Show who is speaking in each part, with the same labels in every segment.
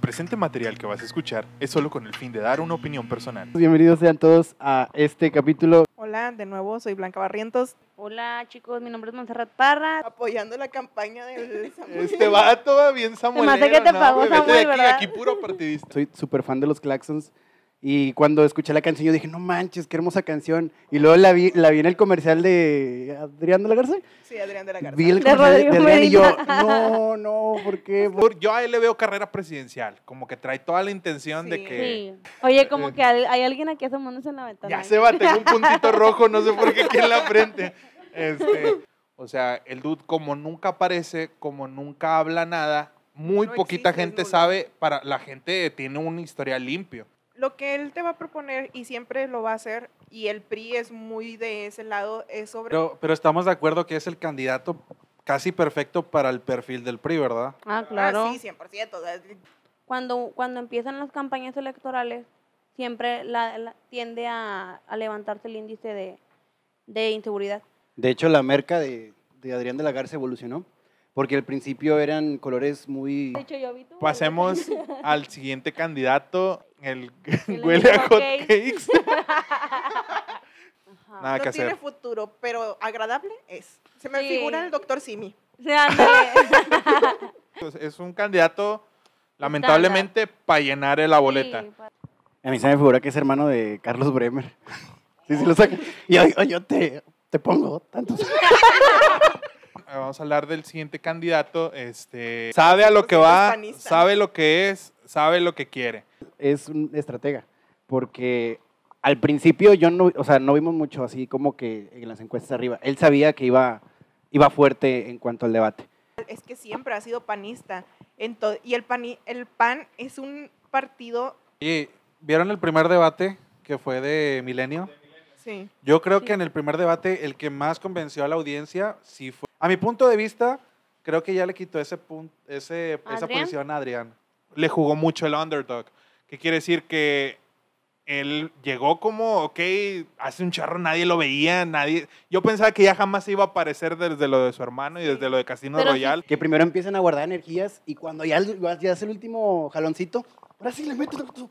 Speaker 1: presente material que vas a escuchar es solo con el fin de dar una opinión personal.
Speaker 2: Bienvenidos sean todos a este capítulo.
Speaker 3: Hola, de nuevo, soy Blanca Barrientos,
Speaker 4: Hola chicos, mi nombre es Montserrat Parra.
Speaker 3: apoyando la campaña del Samuel.
Speaker 1: Este vato va bien Samuel.
Speaker 4: Además de que te pagó Samuel,
Speaker 1: aquí, eh,
Speaker 4: ¿verdad?
Speaker 1: aquí puro partidista.
Speaker 2: Soy súper fan de los Claxons. Y cuando escuché la canción, yo dije, no manches, qué hermosa canción. Y luego la vi, la vi en el comercial de Adrián de la Garza.
Speaker 3: Sí, Adrián de la Garza.
Speaker 2: Vi el
Speaker 4: De
Speaker 2: comercial de,
Speaker 4: Rodrigo
Speaker 2: de Adrián y yo,
Speaker 4: Medina.
Speaker 2: no, no, ¿por qué?
Speaker 1: Por- Yo a él le veo carrera presidencial, como que trae toda la intención de
Speaker 3: Sí.
Speaker 1: que...
Speaker 4: Sí. Oye, como que al- hay alguien aquí asomándose en la ventana.
Speaker 1: eh, Ya se va, tengo un puntito rojo, no sé por qué aquí en la frente. Este, o sea, el dude como nunca aparece, como nunca habla nada, muy
Speaker 3: No
Speaker 1: poquita
Speaker 3: existe, es
Speaker 1: gente
Speaker 3: nulo.
Speaker 1: sabe, para la gente tiene un historial limpio.
Speaker 3: Lo que él te va a proponer y siempre lo va a hacer, y el PRI es muy de ese lado, es sobre
Speaker 5: Pero, pero estamos de acuerdo que es el candidato casi perfecto para el perfil del PRI, ¿verdad?
Speaker 4: Ah,
Speaker 3: Ah,
Speaker 4: claro.
Speaker 3: sí, 100%. o sea,
Speaker 4: Cuando, cuando empiezan las campañas electorales, siempre la, la- tiende a, a levantarse el índice de, de inseguridad.
Speaker 2: De hecho, la merca de, de Adrián de la Garza evolucionó. Porque al principio eran colores muy...
Speaker 4: De hecho, yo vi tu-
Speaker 1: Pasemos al siguiente candidato, el que
Speaker 4: El
Speaker 1: huele a
Speaker 4: hot
Speaker 1: hot
Speaker 4: cakes.
Speaker 1: cakes.
Speaker 4: Ajá.
Speaker 1: Nada que
Speaker 3: no tiene
Speaker 1: hacer.
Speaker 3: futuro, pero agradable es. Se me
Speaker 4: Sí.
Speaker 3: figura el doctor Simi.
Speaker 4: Sí, ándale.
Speaker 1: Pues Es un candidato, lamentablemente, para llenar la boleta.
Speaker 4: Sí, pa-
Speaker 2: A mí se me figura que es hermano de Carlos Bremer. Sí, sí lo saca. Y yo, yo te, te pongo tantos...
Speaker 1: Eh, Vamos a hablar del siguiente candidato. Este, sabe a lo que va,
Speaker 3: Panista.
Speaker 1: sabe lo que es, sabe lo que quiere.
Speaker 2: es un estratega, porque al principio yo no, o sea, no vimos mucho así como que en las encuestas arriba. Él sabía que iba, iba fuerte en cuanto al debate.
Speaker 3: Es que siempre ha sido panista. Ento- y el, pani- el PAN es un partido.
Speaker 5: Oye, ¿vieron el primer debate que fue de Milenio?
Speaker 3: Sí.
Speaker 5: Yo creo
Speaker 4: Sí.
Speaker 5: que en el primer debate el que más convenció a la audiencia sí fue. A mi punto de vista, creo que ya le quitó ese pun- ese, esa
Speaker 4: ¿Adrián?
Speaker 5: posición a Adrián.
Speaker 1: Le jugó mucho el underdog. Que quiere decir que él llegó como, ok, hace un charro, nadie lo veía, nadie. Yo pensaba que ya jamás se iba a aparecer desde lo de su hermano y desde lo de Casino
Speaker 4: Pero sí-
Speaker 1: Royal.
Speaker 2: Que primero empiezan a guardar energías y cuando ya, el- ya es el último jaloncito, ahora sí le metes.
Speaker 3: Sí,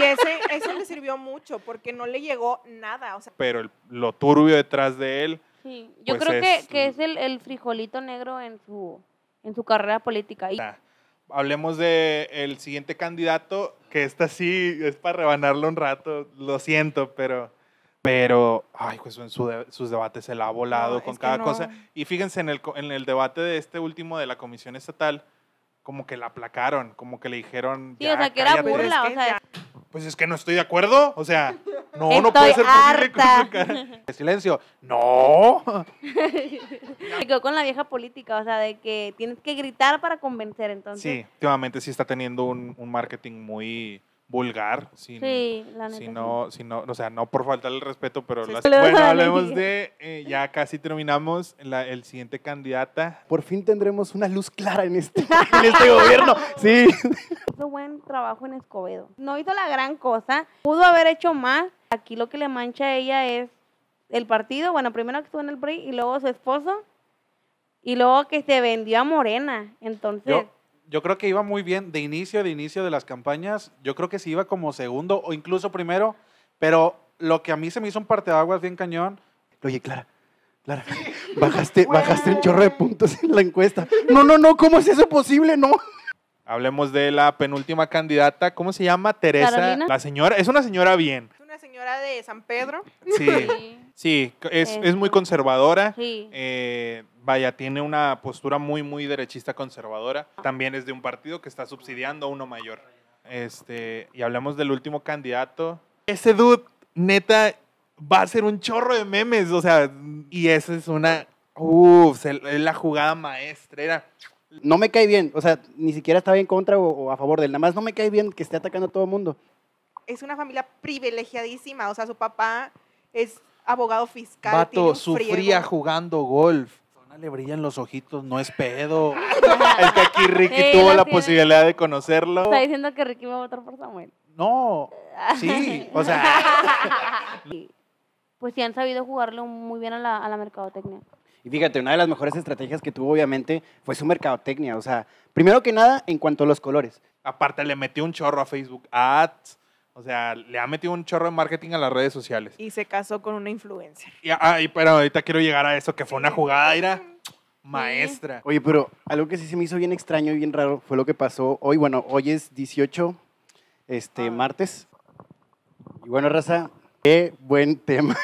Speaker 3: Y ese, eso le sirvió mucho porque no le llegó nada. O sea,
Speaker 1: Pero el- lo turbio detrás de él.
Speaker 4: sí. Yo
Speaker 1: Pues
Speaker 4: creo que-
Speaker 1: es-
Speaker 4: que, es el, el frijolito negro en su, en su carrera política. Y
Speaker 1: Hablemos de el siguiente candidato, que esta sí es para rebanarlo un rato, lo siento, pero, pero, ay, pues en su de- sus debates se la ha volado
Speaker 3: No,
Speaker 1: con
Speaker 3: es que
Speaker 1: cada
Speaker 3: no.
Speaker 1: cosa. Y fíjense, en el, co- en el debate de este último de la Comisión Estatal, como que la aplacaron, como que le dijeron,
Speaker 4: Sí,
Speaker 1: "Ya,
Speaker 4: o sea, que era
Speaker 1: cállate".
Speaker 4: burla,
Speaker 3: Es
Speaker 4: o
Speaker 3: que
Speaker 4: sea,
Speaker 1: Pues es que no estoy de acuerdo, o sea, no, no puede
Speaker 4: Estoy
Speaker 1: ser posible que
Speaker 4: harta.
Speaker 1: su cara- Silencio, no.
Speaker 4: se quedó con la vieja política, o sea, de que tienes que gritar para convencer, entonces.
Speaker 1: Sí, últimamente sí está teniendo un, un marketing muy vulgar, sin,
Speaker 4: Sí, la neta.
Speaker 1: Si
Speaker 4: sí.
Speaker 1: no, si no, o sea, no por faltarle el respeto, pero
Speaker 3: Sí,
Speaker 1: las-
Speaker 4: sí. Le vas
Speaker 1: bueno,
Speaker 4: a
Speaker 1: hablemos
Speaker 4: elegir.
Speaker 1: de, eh, ya casi terminamos, la- el siguiente candidata.
Speaker 2: Por fin tendremos una luz clara en este, en este gobierno. Sí.
Speaker 4: hizo buen trabajo en Escobedo. No hizo la gran cosa, pudo haber hecho más. Aquí lo que le mancha a ella es el partido, bueno, primero que estuvo en el PRI y luego su esposo y luego que se vendió a Morena. Entonces,
Speaker 5: Yo, yo creo que iba muy bien de inicio, de inicio de las campañas. Yo creo que sí iba como segundo o incluso primero, pero lo que a mí se me hizo un parteaguas bien cañón
Speaker 2: Oye, Clara, Clara, bajaste, bajaste un chorro de puntos en la encuesta. No, no, no, ¿cómo es eso posible? No.
Speaker 1: Hablemos de la penúltima candidata, ¿cómo se llama? Teresa.
Speaker 4: Carolina.
Speaker 1: La señora, es una señora bien.
Speaker 3: es una señora de San Pedro.
Speaker 1: Sí, sí, es, es muy
Speaker 4: Eso.
Speaker 1: conservadora.
Speaker 4: Este, sí.
Speaker 1: eh, vaya, tiene una postura muy, muy derechista conservadora. También es de un partido que está subsidiando a uno mayor. Este, y hablamos del último candidato. Ese dude, neta, va a ser un chorro de memes. O sea, y esa es una. Uf, se- es la jugada maestra. Era.
Speaker 2: no me cae bien, o sea, ni siquiera estaba en contra o, o a favor de él, nada más no me cae bien que esté atacando a todo el mundo.
Speaker 3: Es una familia privilegiadísima. O sea, su papá es abogado fiscal. tiene
Speaker 5: Vato,
Speaker 3: un
Speaker 5: sufría
Speaker 3: friego.
Speaker 5: jugando golf. Zona le brillan los ojitos, no es pedo.
Speaker 1: Es que aquí Ricky
Speaker 4: Sí,
Speaker 1: tuvo
Speaker 4: la
Speaker 1: la
Speaker 4: tiene.
Speaker 1: posibilidad de conocerlo.
Speaker 4: Está diciendo que Ricky va a votar por Samuel.
Speaker 5: No, sí, o sea,
Speaker 4: Y, pues sí han sabido jugarle muy bien a la, a la mercadotecnia.
Speaker 2: Y fíjate, una de las mejores estrategias que tuvo obviamente fue su mercadotecnia, o sea, primero que nada en cuanto a los colores.
Speaker 1: Aparte, le metió un chorro a Facebook Ads. O sea, le ha metido un chorro de marketing a las redes sociales.
Speaker 3: Y se casó con una influencer.
Speaker 1: Y, ah, y- pero ahorita quiero llegar a eso, que fue una jugada, era maestra.
Speaker 2: Oye, pero algo que sí se me hizo bien extraño y bien raro fue lo que pasó hoy. Bueno, hoy es 18, este, martes. Y bueno, Raza, qué buen tema.